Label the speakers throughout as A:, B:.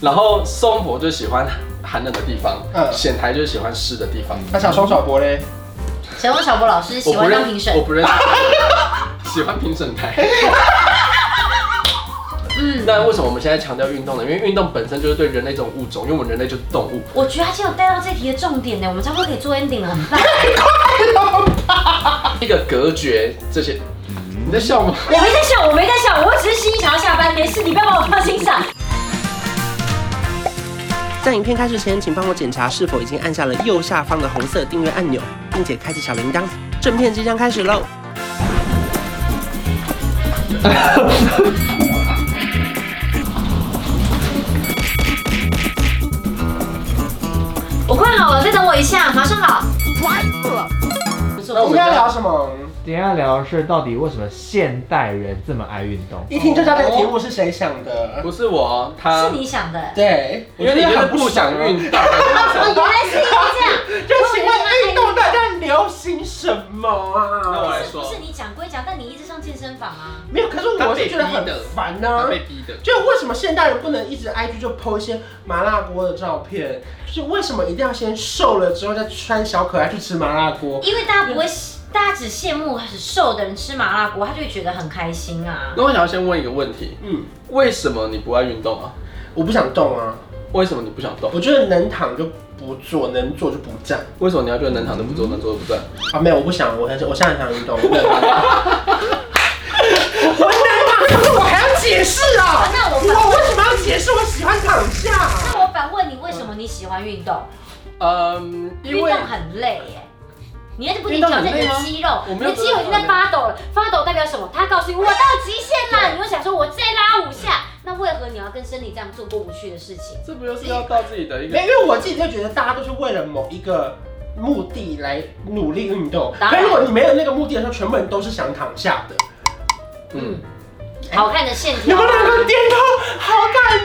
A: 然后松柏就喜欢寒冷的地方，
B: 嗯
A: 显台就喜欢湿的地方。
B: 那小松小博嘞，
C: 小王小波老师
A: 我
C: 喜
A: 不
C: 欢
A: 认
C: 当评审
A: 我，不认识， 喜欢评审台。
C: 嗯，
A: 那为什么我们现在强调运动呢？因为运动本身就是对人类这种物种，因为我们人类就是动物。
C: 我觉得他今天有带到这题的重点呢，我们差不多可以做 ending 了。
A: 一个隔绝这些，
B: 嗯
A: 你在笑吗？
C: 我没在笑，我没在笑，我只是心想要下班，没事，你不要把我放心上。
D: 在影片开始前，请帮我检查是否已经按下了右下方的红色订阅按钮，并且开启小铃铛。正片即将开始喽！
C: 我快好了，再等我一下，马上好。
A: 那我
B: 应
A: 们
B: 该
A: 聊
B: 聊什么？
E: 今天要聊的是到底为什么现代人这么爱运动？
B: 一听就知道这个题目是谁想的。
A: 不是我，啊他
C: 是，你想的，
B: 对，
A: 因为你就是不想
B: 爽啊
A: 运动， 然
C: 原来是因为这样。
B: 就请问运动大家流行什么
A: 后我
B: 啊？
A: 来说
C: 不是你讲归讲，但你一直上健身房啊。
B: 没有，可是我是觉得很烦呢、
A: 后
B: 啊
A: 他。被逼的。
B: 就为什么现代人不能一直 IG 就 po 一些麻辣锅的照片？就是为什么一定要先瘦了之后再穿小可爱去吃麻辣锅？
C: 因为大家不会，大家只羡慕很瘦的人吃麻辣锅，他就会觉得很开心 啊。
A: 那我想要先问一个问题，
B: 嗯，
A: 为什么你不爱运动啊？
B: 我不想动啊，
A: 为什么你不想动？
B: 我觉得能躺就不坐，能坐就不站
A: 为什么你要觉得能躺着不坐，能坐着不站？
B: 啊。没有，我不想，我还是我现在很想运动。我能躺， 可是我还要解释啊！
C: 那我
B: 我为什么要解释？我喜欢躺下。
C: 那我反问你，为什么你喜欢运动？
A: 嗯，
C: 运
A: 因为
C: 动很累耶。你要不停
A: 运动
C: 挑
A: 很
C: 战你
A: 累吗
C: 的肌肉，
A: 我
C: 你
A: 没有
C: 的肌肉已经在发抖了，发抖代表什么？它告诉你我到极限了，你又想说我再拉五下，那为何你要跟身体这样做过不去的事情？
A: 这不就是要到自己的一个
B: 没有，因为我自己就觉得大家都是为了某一个目的来努力运动，
C: 当
B: 可
C: 然
B: 是如果你没有那个目的的时候，全部人都是想躺下的。
A: 嗯
C: 嗯，好看的线
B: 你
C: 条
B: 们两
C: 啊，
B: 个点头，好感动。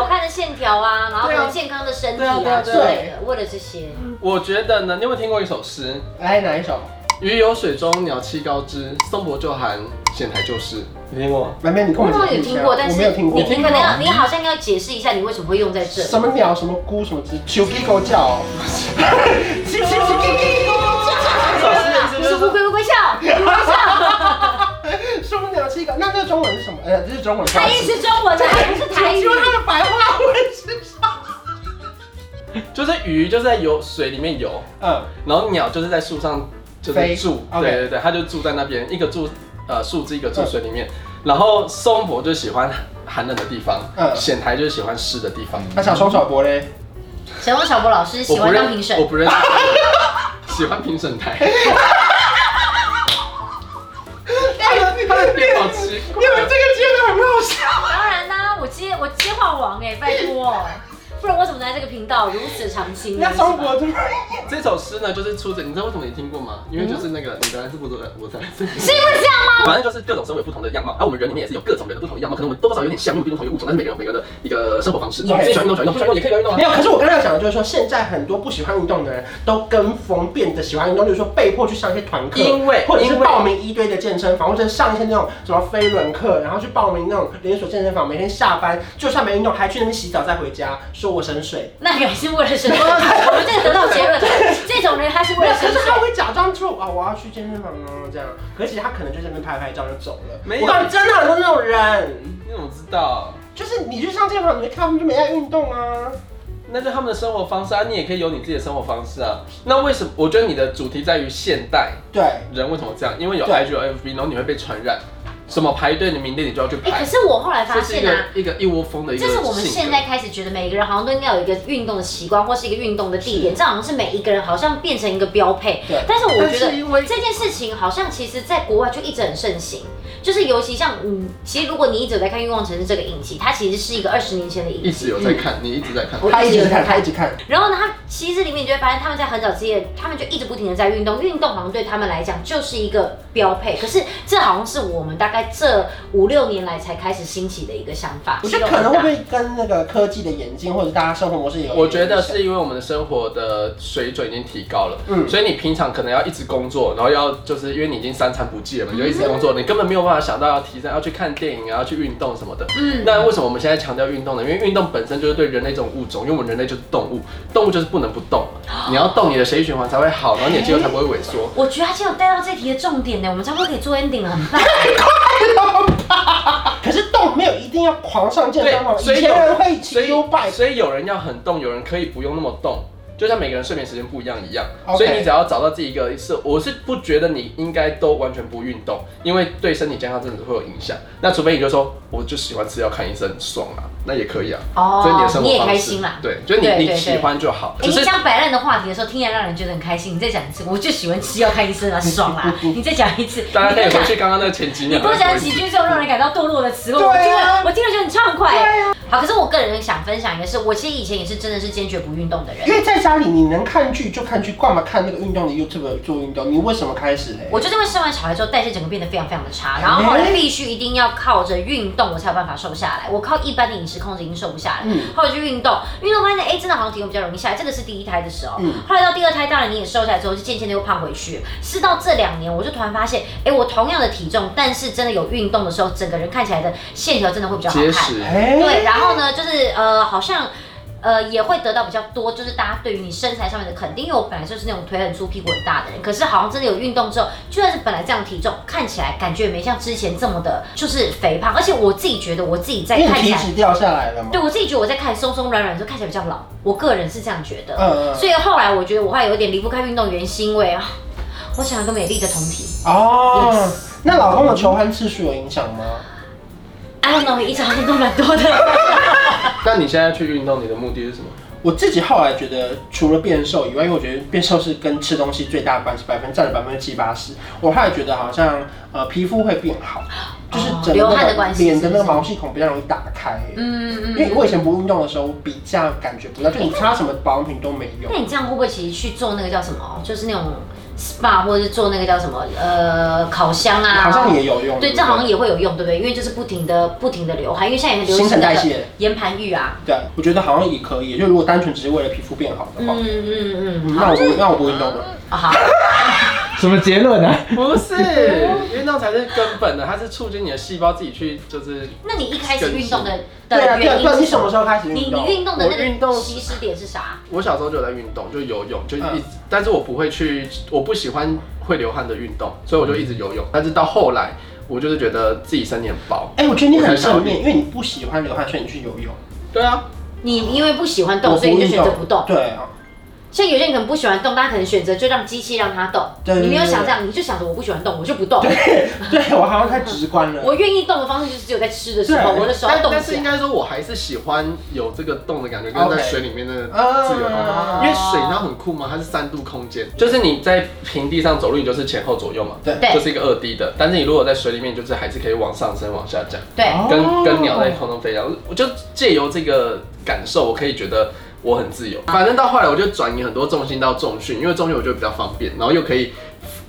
C: 好看的线条啊，然后
B: 对啊
C: 很健康的身体
A: 对
C: 啊
A: 啊
C: 之
A: 对
B: 啊对啊
C: 类的，为了这些，
A: 我觉得呢，你有没有听过一首诗？
B: 来哪一首？
A: 鱼游水中，鸟栖高枝，松柏旧寒，显台旧事。你听过吗？
B: 妹妹，你跟
C: 我
B: 我
C: 好
B: 们
C: 像有
B: 解释一
C: 听
B: 下
C: 过，但
B: 我
C: 是
B: 没有听过
C: 你。你可能要，你好像要解释一下你为什么会用在这里。
B: 什么鸟，什么菇，什么鸡，啾叽狗 叫。哦叽叽叽
A: 这首诗
C: 是乌龟乌龟 笑，
B: 说鸟七个，那这个中文是什么？呃，这是中文。
C: 它一直中文的，还不是台语
B: 请。问他的白话文是什么？
A: 就是鱼就是在游水里面游，
B: 嗯，
A: 然后鸟就是在树上就
B: 飞
A: 是住，
B: OK
A: 对对对，它就住在那边，一个住呃树枝，一个住水里面。然后松柏就喜欢寒冷的地方
B: 嗯，
A: 显台就喜欢湿的地方。
B: 那小松小博嘞？
C: 小王小博老师喜
A: 我不
C: 欢
A: 认
C: 当评
A: 我
C: 审，
A: 不认识， 喜欢评审 台。
B: 他的他的
A: 好奇怪啊
B: 哎你们这个接的很好笑。
C: 当然啦，我接我接话王哎，拜托，不然我怎么来这个频道如此长青呢？
B: 那松柏怎么？
A: 这首诗呢，就是出自你知道为什么你听过吗？因为就是那个你的来自不的，我才是。
C: 是因为这样吗？
A: 反正就是各种生物有不同的样貌，而、我们人里面也是有各种人的不同的样貌，可能我们多多少少有点像，因为不同于物种，但是每个人有每个人的一个生活方式。
B: 对
A: 所以喜欢运动，喜欢运动，不喜欢运动也可以不要运动啊
B: 没。有，可是我刚才讲的就是说，现在很多不喜欢运动的人都跟风变得喜欢运动，例如说被迫去上一些团课，
A: 因为
B: 或者是
A: 因为
B: 报名一堆的健身房，或者是上一些那种什么飞轮课，然后去报名那种连锁健身房，每天下班就算没运动，还去那边洗澡再回家，说我省水。
C: 那个是为了什么？我们这个得到结论，这种人他是为
B: 没有
C: 了
B: 可
C: 什
B: 是他
C: 么？
B: 会假装说啊、我要去健身房哦，这样，可是其实他可能就在那边拍拍照就走了。
A: 没有
B: 我告诉你，真的很多那种人，
A: 你怎么知道？
B: 就是你去上健身房，你就看他们就没在运动啊。
A: 那就他们的生活方式啊，你也可以有你自己的生活方式啊。那为什么？我觉得你的主题在于现代
B: 对，
A: 人为什么这样？因为有
B: 对
A: IG 有 FB，然后你会被传染，什么排队，你名店你就要去
C: 哎，可
A: 排，
C: 是我后来发
A: 这是一
C: 现
A: 个
C: 啊。
A: 一个一窝蜂的一个
C: 这是我们
A: 性格
C: 现在开始觉得每个人好像都应该有一个运动的习惯，或是一个运动的地点，这好像是每一个人好像变成一个标配
B: 对。
C: 但是我
A: 但
C: 觉
A: 是
C: 得
A: 因为
C: 这件事情好像其实在国外就一直很盛行，就是尤其像嗯，其实如果你一直有在看《欲望城市》这个影集，它其实是一个二十年前的
A: 一
C: 影
A: 直
C: 集。
A: 有在看，你一直在看。
C: 我
B: 他一
C: 一直
B: 直
C: 有在
B: 看，他
C: 看
B: 一直看。
C: 然后呢，它其实里面你就会发现，他们在很早之前，他们就一直不停的在运动，运动好像对他们来讲就是一个标配。可是这好像是我们大概这五六年来才开始兴起的一个想法。
B: 我觉得可能会不会跟那个科技的演进，或者大家生活模式也有？
A: 我觉得是因为我们的生活的水准已经提高了，
B: 嗯
A: 所以你平常可能要一直工作，然后要就是因为你已经三餐不继了嘛，你就一直工作，你根本没有办办法想到要提升，要去看电影啊，要去运动什么的。
C: 嗯，
A: 那为什么我们现在强调运动呢？因为运动本身就是对人类这种物种，因为我们人类就是动物，动物就是不能不动，你要动，你的血液循环才会好，然后你的肌肉才不会萎缩。
C: 我觉得他今天有带到这题的重点呢，我们差不多可以做 ending 了，很棒。
B: 可是动没有一定要狂上 健身房，以
A: 所以
B: 前人会
A: 所
B: 骑 U
A: 以
B: bike，
A: 所以有人要很动，有人可以不用那么动，就像每个人睡眠时间不一样一样。
B: OK
A: 所以你只要找到自己一个是，我是不觉得你应该都完全不运动，因为对身体健康真的会有影响。那除非你就说，我就喜欢吃药看医生，爽啊，那也可以啊。
C: 哦
A: 这是你的生活
C: 你也
A: 方
C: 开
A: 式
C: 心啦
A: 对，就是
C: 对
A: 你
C: 对
A: 你喜欢就好。
C: 哎、
A: 只
C: 你
A: 是
C: 讲摆烂的话题的时候，听起来让人觉得很开心。你再讲一次，我就喜欢吃药看医生啊，爽 啦！你再讲一次，
A: 大家
C: 你
A: 可以
C: 多讲
A: 回去刚刚那个前几
C: 你
A: 秒。
C: 多讲几句之后，让人感到堕落的词汇，我
B: 对
C: 听
B: 啊
C: 了我听了就很畅快。
A: 啊
C: 好，可是我个人想分享一个是，我其实以前也是真的是坚决不运动的人
B: 因。为在家里你能看剧就看剧，干嘛看那个运动的 YouTube 做运动？你为什么开始嘞？
C: 我就是因为生完小孩之后代谢整个变得非常非常的差，然后后
B: 哎
C: 来必须一定要靠着运动我才有办法瘦下来，我靠一般的饮食控制已经瘦不下来，
B: 嗯
C: 后来就运动，运动发现哎、真的好像体重比较容易下来，这个是第一胎的时候，
B: 嗯
C: 后来到第二胎当然你也瘦下来之后就渐渐的又胖回去，是到这两年我就突然发现哎、我同样的体重，但是真的有运动的时候，整个人看起来的线条真的会比较好
A: 结
C: 看，
A: 实，
B: 哎
C: 对，然后呢，就是呃，好像。呃，也会得到比较多，就是大家对于你身材上面的肯定。因为我本来就是那种腿很粗、屁股很大的人，可是好像真的有运动之后，就算是本来这样的体重，看起来感觉也没像之前这么的，就是肥胖。而且我自己觉得，我自己在
B: 因为
C: 看起
B: 体
C: 来，
B: 脂掉下来了嘛。
C: 对我自己觉得我在看松松软软的时候，看起来比较老。我个人是这样觉得。
B: 嗯嗯
C: 所以后来我觉得我还有点离不开运动员，是因为啊，我想要一个美丽的酮体。
B: 哦，那老公的求婚次数有影响吗？
C: I don't know，一直好像都蛮多的。
A: 那你现在去运动，你的目的是什么？
B: 我自己后来觉得，除了变瘦以外，因为我觉得变瘦是跟吃东西最大的关系，百分占了百分之七八十。我后来觉得好像呃皮肤会变好，就是整
C: 哦流
B: 个
C: 汗的
B: 那个
C: 关系
B: 脸的那个
C: 是不是
B: 毛细孔比较容易打开。
C: 嗯嗯
B: 因为我以前不运动的时候，比较感觉不到，就你擦什么保养品都没有
C: 那。你这样会不会其实去做那个叫什么，就是那种 SPA 或者是做那个叫什么呃烤箱啊？
B: 好像也有用，
C: 对，
B: 不
C: 这好像也会有用，对不对？因为就是不停的不停的流汗，因为现在也很流
B: 新
C: 行
B: 陈
C: 那
B: 代
C: 个
B: 谢。
C: 岩盘浴啊。
B: 对，我觉得好像也可以。就如果单纯只是为了皮肤变好的话，
C: 嗯嗯
B: 嗯
C: 嗯，
B: 那
C: 好
B: 我不那我不运动了。
C: 啊好，
E: 什么结论啊？
A: 不是， 运动才是根本的，它是促进你的细胞自己去就是
C: 那你一开始运动的
B: 对啊，
C: 的
B: 对啊，
C: 原
B: 对啊，你
C: 因是
B: 什么时候开始
C: 你
B: 运
C: 你
B: 动？
C: 运动的
A: 我运
C: 那
A: 动
C: 个
A: 是
C: 起始点是啥？
A: 我小时候就有在运动，就游泳，就一直，
B: 嗯
A: 但是我不会去，我不喜欢会流汗的运动，所以我就一直游泳。但是到后来，我就是觉得自己身体很薄。
B: 哎、我觉得你
A: 我
B: 很
A: 很少
B: 正面，
A: 运
B: 因为你不喜欢流汗，所以你去游泳。
A: 对啊，
C: 你因为不喜欢动，
B: 我
C: 所以你就选择
B: 运
C: 不动。
B: 对啊，
C: 像有些人可能不喜欢动，但他可能选择就让机器让他动。
B: 对对
C: 你没有
B: 对
C: 想这样，你就想着我不喜欢动，我就不动。
B: 对我好像太直观了。
C: 我愿意动的方式就是只有在吃的时候，
B: 对
C: 我的手要
A: 但
C: 动
A: 但
C: 起
A: 是
C: 来
A: 应。该说，我还是喜欢有这个动的感觉，跟
B: OK
A: 在水里面的
B: 啊
A: 自由感。因为水你知道很酷吗？它是三度空间，就是你在平地上走路，你就是前后左右嘛，
B: 对
C: 对
A: 就是一个二 D 的。但是你如果在水里面，你就是还是可以往上升、往下降。
C: 对，
B: 哦
A: 跟跟鸟在空中飞一样。我就借由这个感受，我可以觉得我很自由。反正到后来，我就转移很多重心到重训，因为重训我觉得比较方便，然后又可以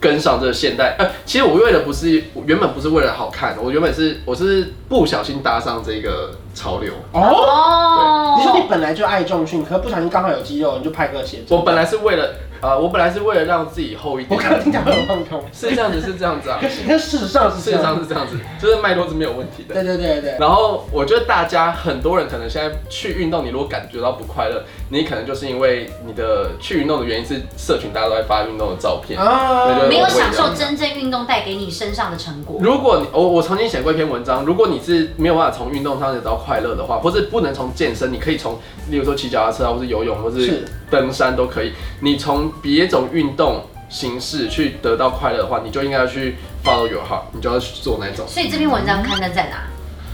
A: 跟上这个现代。呃，其实我为了不是我原本不是为了好看，我原本是我是不小心搭上这个潮流。
B: 哦，
C: 哦，
B: 你说你本来就爱重训，可是不小心刚好有肌肉，你就拍个写真。
A: 我本来是为了呃，我本来是为了让自己厚一
B: 我
A: 点
B: 刚。刚听讲很放空，
A: 是这样子，是这样子啊，
B: 可是可是事实上是
A: 事
B: 这
A: 实
B: 样
A: 上。是这样子，就是脉络是没有问题的。
B: 对对对对，
A: 然后我觉得大家很多人可能现在去运动，你如果感觉到不快乐，你可能就是因为你的去运动的原因是社群大家都在发运动的照片。
B: 啊
A: 对对对
C: 没有享受真正运动带给你身上的成果。
A: 如果你我我曾经写过一篇文章，如果你是没有办法从运动上得到快乐的话，或是不能从健身，你可以从，例如说骑脚踏车啊，或是游泳，或
B: 是
A: 是登山都可以。你从别种运动形式去得到快乐的话，你就应该要去 follow your heart，你就要去做那种。
C: 所以这篇文章刊登在哪？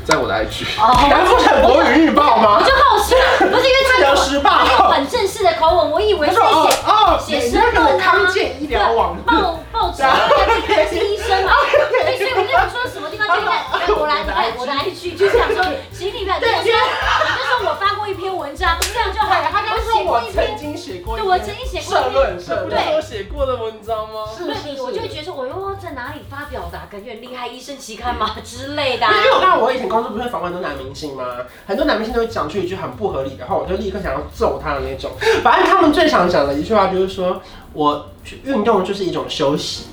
A: 在我的 IG，
B: 难
C: 哦，
B: 不成国语日报
C: 我
B: 吗？
C: 就好奇了， 不是因为
B: 治
C: 这
B: 疗
C: 个
B: 时报。
C: 有很正式的口吻，我以为
B: 哦他
C: 是
B: 说哦
C: 写
B: 哦，
C: 写
B: 你
C: 生
B: 那
C: 动
B: 个
C: 啊
B: 康健医疗网
C: 报报纸，他是医 生嘛，对，所以我就想说什么地方就在我来你看我的 IG 就是想说，请你们就说，你就说我发过一篇文章，这样就好
B: 对，
C: 了。
B: 他刚说
C: 写过
B: 我
C: 一
B: 曾
C: 篇，
B: 经写过一
C: 对
B: 篇，
C: 我曾经写过一
B: 社
C: 篇
B: 论社论，
C: 对
A: 我写过的文章吗？
B: 是是是，
C: 对，我就会觉得说，我又在哪里发表的啊，感觉很厉害，医生期刊嘛之类的啊。
B: 因为我看我以前工作不是访问很多男明星吗？很多男明星都会讲出一句很不合理的话，我就立刻想要揍他的那种。反正他们最常讲的一句话就是说，我运动就是一种休息。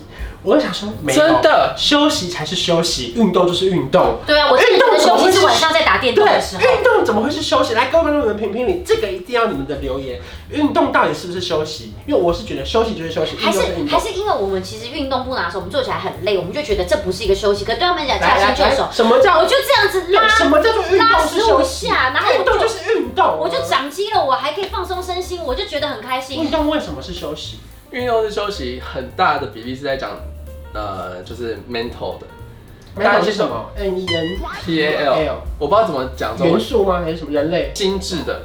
B: 我就想说，没有
A: 真的
B: 休息才是休息，运动就是运动。
C: 对啊，我之
B: 哎运
C: 前
B: 动
C: 的
B: 怎么
C: 休
B: 会
C: 息是晚
B: 休
C: 上在打电动
B: 对，
C: 的时候。
B: 运动怎么会是休息？来，各位观众们评评理，这个一定要你们的留言。运动到底是不是休息？因为我是觉得休息就是休息，运
C: 还
B: 动
C: 是
B: 就是运
C: 还
B: 动。
C: 是因为我们其实运动不拿手，我们做起来很累，我们就觉得这不是一个休息。可对他们讲
B: 来
C: 驾
B: 来
C: 轻就熟
B: 来，，什么叫
C: 我就这样子
B: 对什
C: 拉
B: 么叫做运
C: 拉
B: 动是
C: 十
B: 休
C: 五
B: 息？
C: 下，然后
B: 运
C: 我
B: 动就
C: 就是
B: 运动，
C: 我就长肌了，我还可以放松身心，我就觉得很开心
B: 运。动为什么是休息？
A: 运动是休息，很大的比例是在讲，呃，就是 mental 的
B: 当然是什么？N E N
A: P A L，我不知道怎么讲中
B: 元
A: 文，
B: 素吗？还是什么人类？
A: 精致的，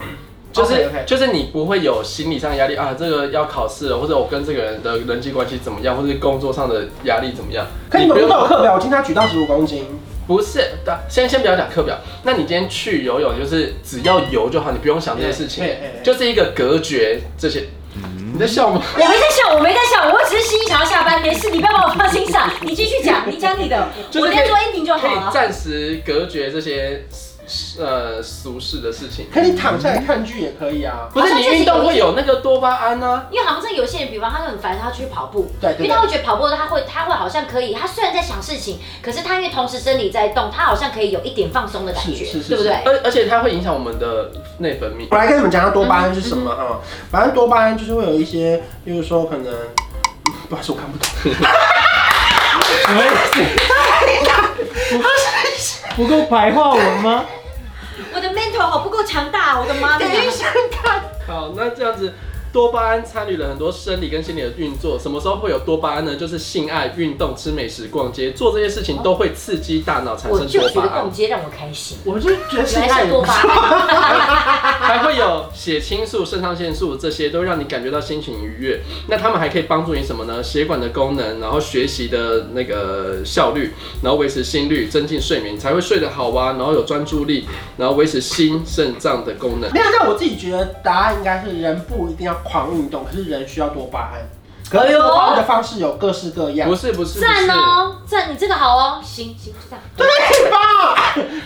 A: 就是
B: OK，OK
A: 就是你不会有心理上压力啊，这个要考试了，或者我跟这个人的人际关系怎么样，或者工作上的压力怎么样，
B: 可你们
A: 不
B: 不
A: 用
B: 都有课表？我听他举到十五公斤，
A: 不是，对先先不要讲课表，那你今天去游泳，就是只要游就好，你不用想这些事情
B: 对对对，对
A: 就是一个隔绝这些。嗯你在笑吗？
C: 我没在笑，我没在笑，我只是心里想要下班，没事，你不要把我放心上，你继续讲，你讲你的，
A: 就是
C: 我
A: 可以
C: 在做 ending 就
A: 可
C: 好啊
A: 以
C: 了。
A: 暂时隔绝这些呃俗世的事情。
B: 可你躺下来看剧也可以啊。
A: 不是你运动会有那个多巴胺啊，
C: 因为好像真的有些人，比方他就很烦，他去跑步，
B: 对对对
C: 因为他会觉得跑步的时候他会他会好像可以，他虽然在想事情，可是他因为同时身体在动，他好像可以有一点放松的感觉
B: 是是，是
C: 对不对？
A: 而而且它会影响我们的内分泌
B: 我。来跟你们讲下多巴胺是什么哈、反正多巴胺就是会有一些，比如说可能，嗯不好意思，我看不懂。
E: 什么意思？ 不够白话文吗？
C: 我的 mentor 好不够强大，我的妈咪啊！
A: 好，那这样子，多巴胺参与了很多生理跟心理的运作。什么时候会有多巴胺呢？就是性爱、运动、吃美食、逛街，做这些事情都会刺激大脑产
C: 我
A: 生
C: 就
A: 多
C: 觉
A: 巴
C: 得
A: 胺
C: 逛，街让我开心，
B: 我就觉得是
C: 原来
B: 爱
C: 是多巴胺。
A: 还会有血清素、肾上腺素这些都让你感觉到心情愉悦。那它们还可以帮助你什么呢？血管的功能，然后学习的那个效率，然后维持心率，增进睡眠，才会睡得好啊，然后有专注力，然后维持心肾脏的功能。
B: 没有，但我自己觉得答案应该是人不一定要狂运动，可是人需要多巴胺。可是多巴胺的方式有各式各样
A: 不。是不是不
C: 赞
A: 是。
C: 哦，赞你这个好哦，行行就这样。对，
B: 对吧？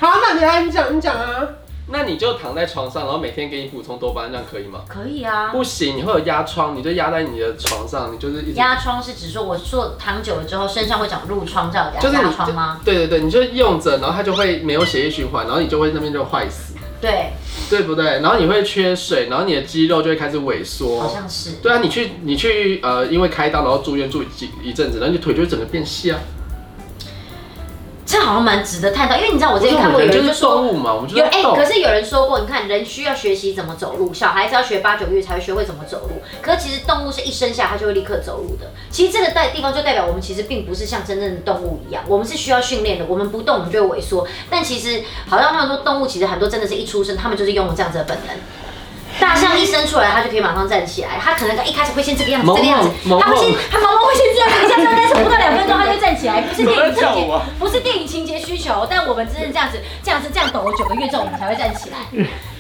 B: 好，那你来，你讲，你讲啊。
A: 那你就躺在床上，然后每天给你补充多巴胺，这样可以吗？
C: 可以啊。
A: 不行，你会有压疮，你就压在你的床上，你就是一直
C: 压疮是指说我坐躺久了之后身上会长褥疮，这样
A: 就是
C: 叫
A: 你
C: 压疮吗？？
A: 对对对，你就用着，然后它就会没有血液循环，然后你就会那边就坏死，
C: 对，
A: 对不对？然后你会缺水，然后你的肌肉就会开始萎
C: 好
A: 缩。
C: 像是。
A: 对啊，你去你去呃，因为开刀然后住院住几一阵子，然后你腿就会整个变细啊。
C: 这好像蛮值得探讨，因为你知道我之
A: 不是
C: 前看
A: 我
C: 过
A: 们人
C: 有
A: 就
C: 人就是说
A: 动。物嘛，我们就
C: 有
A: 是
C: 哎、
A: 动
C: 可。是有人说过，你看人需要学习怎么走路，小孩子要学八九个月才会学会怎么走路。可是其实动物是一生下来它就会立刻走路的。其实这个代地方就代表我们其实并不是像真正的动物一样，我们是需要训练的。我们不动我们就会萎缩，但其实好像他们说动物其实很多真的是一出生他们就是拥有这样子的本能。大象一生出来，它就可以马上站起来。它可能一开始会先这个样子，
A: 萌
C: 这个样子，
A: 萌
C: 它会先
A: 萌，
C: 它毛毛会先这样子，这样 但是不到两分钟它就站起来，不是电影情
A: 有人在叫我啊
C: 节，不是电影情节需求，但我们真的这样子，这样子这样抖了九个月之后，我们才会站起来。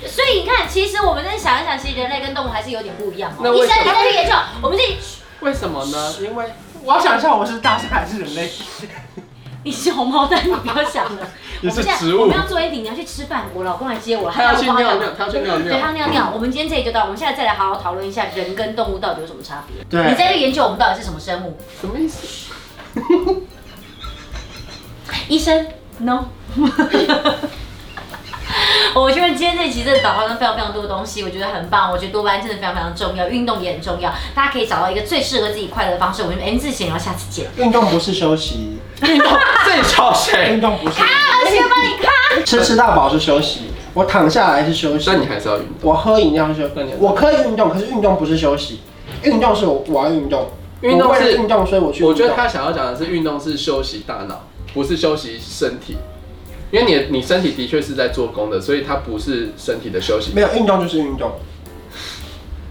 C: 所以你看，其实我们在想一想，其实人类跟动物还是有点不一样哦。
A: 那
C: 医
A: 为什
C: 生，
A: 么
C: 你在去研究，我们自己，
A: 为什么呢？
B: 因为我要想一下，我是大象还是人类？
C: 你是红毛丹，你不要想了。我
A: 你
C: 们
A: 是
C: 现在
A: 植物
C: 我们要做一点，你要去吃饭，我老公来接我，
A: 他要去
C: 帮我
A: 尿
C: 干嘛
A: 尿，他要去尿
C: 对，啊
A: 尿。
C: 他尿尿。我们今天这里就到，我们现在再来好好讨论一下人跟动物到底有什么差别。
B: 对
C: 你再去研究我们到底是什么生物。
A: 什么意思？
C: 医生，no。我觉得今天这集真的导到了非常非常多的东西，我觉得很棒。我觉得多巴胺真的非常非常重要，运动也很重要。大家可以找到一个最适合自己快乐的方式。我们 M 字闲聊，下次见。
B: 运动不是休息，
A: 运动，这里吵谁
B: 运？动不是
A: 啊
C: 而 且帮你看。
B: 吃吃到饱是休息，我躺下来是休息
A: 但，你还是要运动。
B: 我喝饮料是休息，我可以运动，可是运动不是休息，运动是我我要运动，
A: 运动
B: 我为了
A: 是
B: 运动，所以我去运动。
A: 我觉得他想要讲的是，运动是休息大脑，不是休息身体。因为你的你身体的确是在做工的，所以它不是身体的休息。
B: 没有运动就是运动，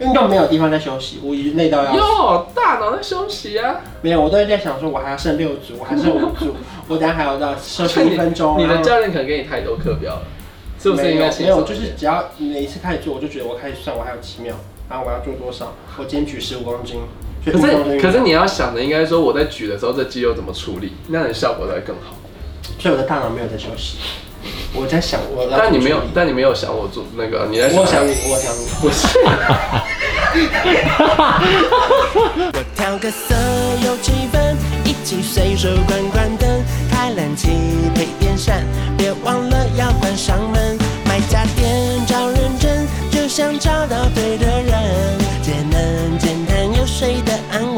B: 运动没有地方在休息，我已经累
C: 啊
B: 到要死。
A: 哟，大脑在休息啊！
B: 没有，我都在想说，我还要剩六组，我还剩五 组，我等下还要到休息一分钟。
A: 你的
B: 然后
A: 教练可能给你太多课表了，是不是应该
B: 没
A: 轻
B: 有，没
A: 松
B: 有
A: 一
B: 就
A: 点？
B: 是只要每一次开始做，我就觉得我开始算我还有几秒，然后我要做多少，我今天举十五公斤。所以
A: 可
B: 运动
A: 是
B: 运
A: 可
B: 动
A: 是你要想的应该说，我在举的时候，这肌肉怎么处理，那样的效果才会更好。
B: 所以我的大脑没有在休息，我在想我要做
A: 但你没有
B: 处理，
A: 但你没有想我做那个，你在
B: 我想你，我想你。
A: 不是。
D: 我调个色有气氛，一一起随手关关灯，开冷气配电扇，别忘了要关上门。买家电找认真，就像找到对的人，简单简单又睡得安稳。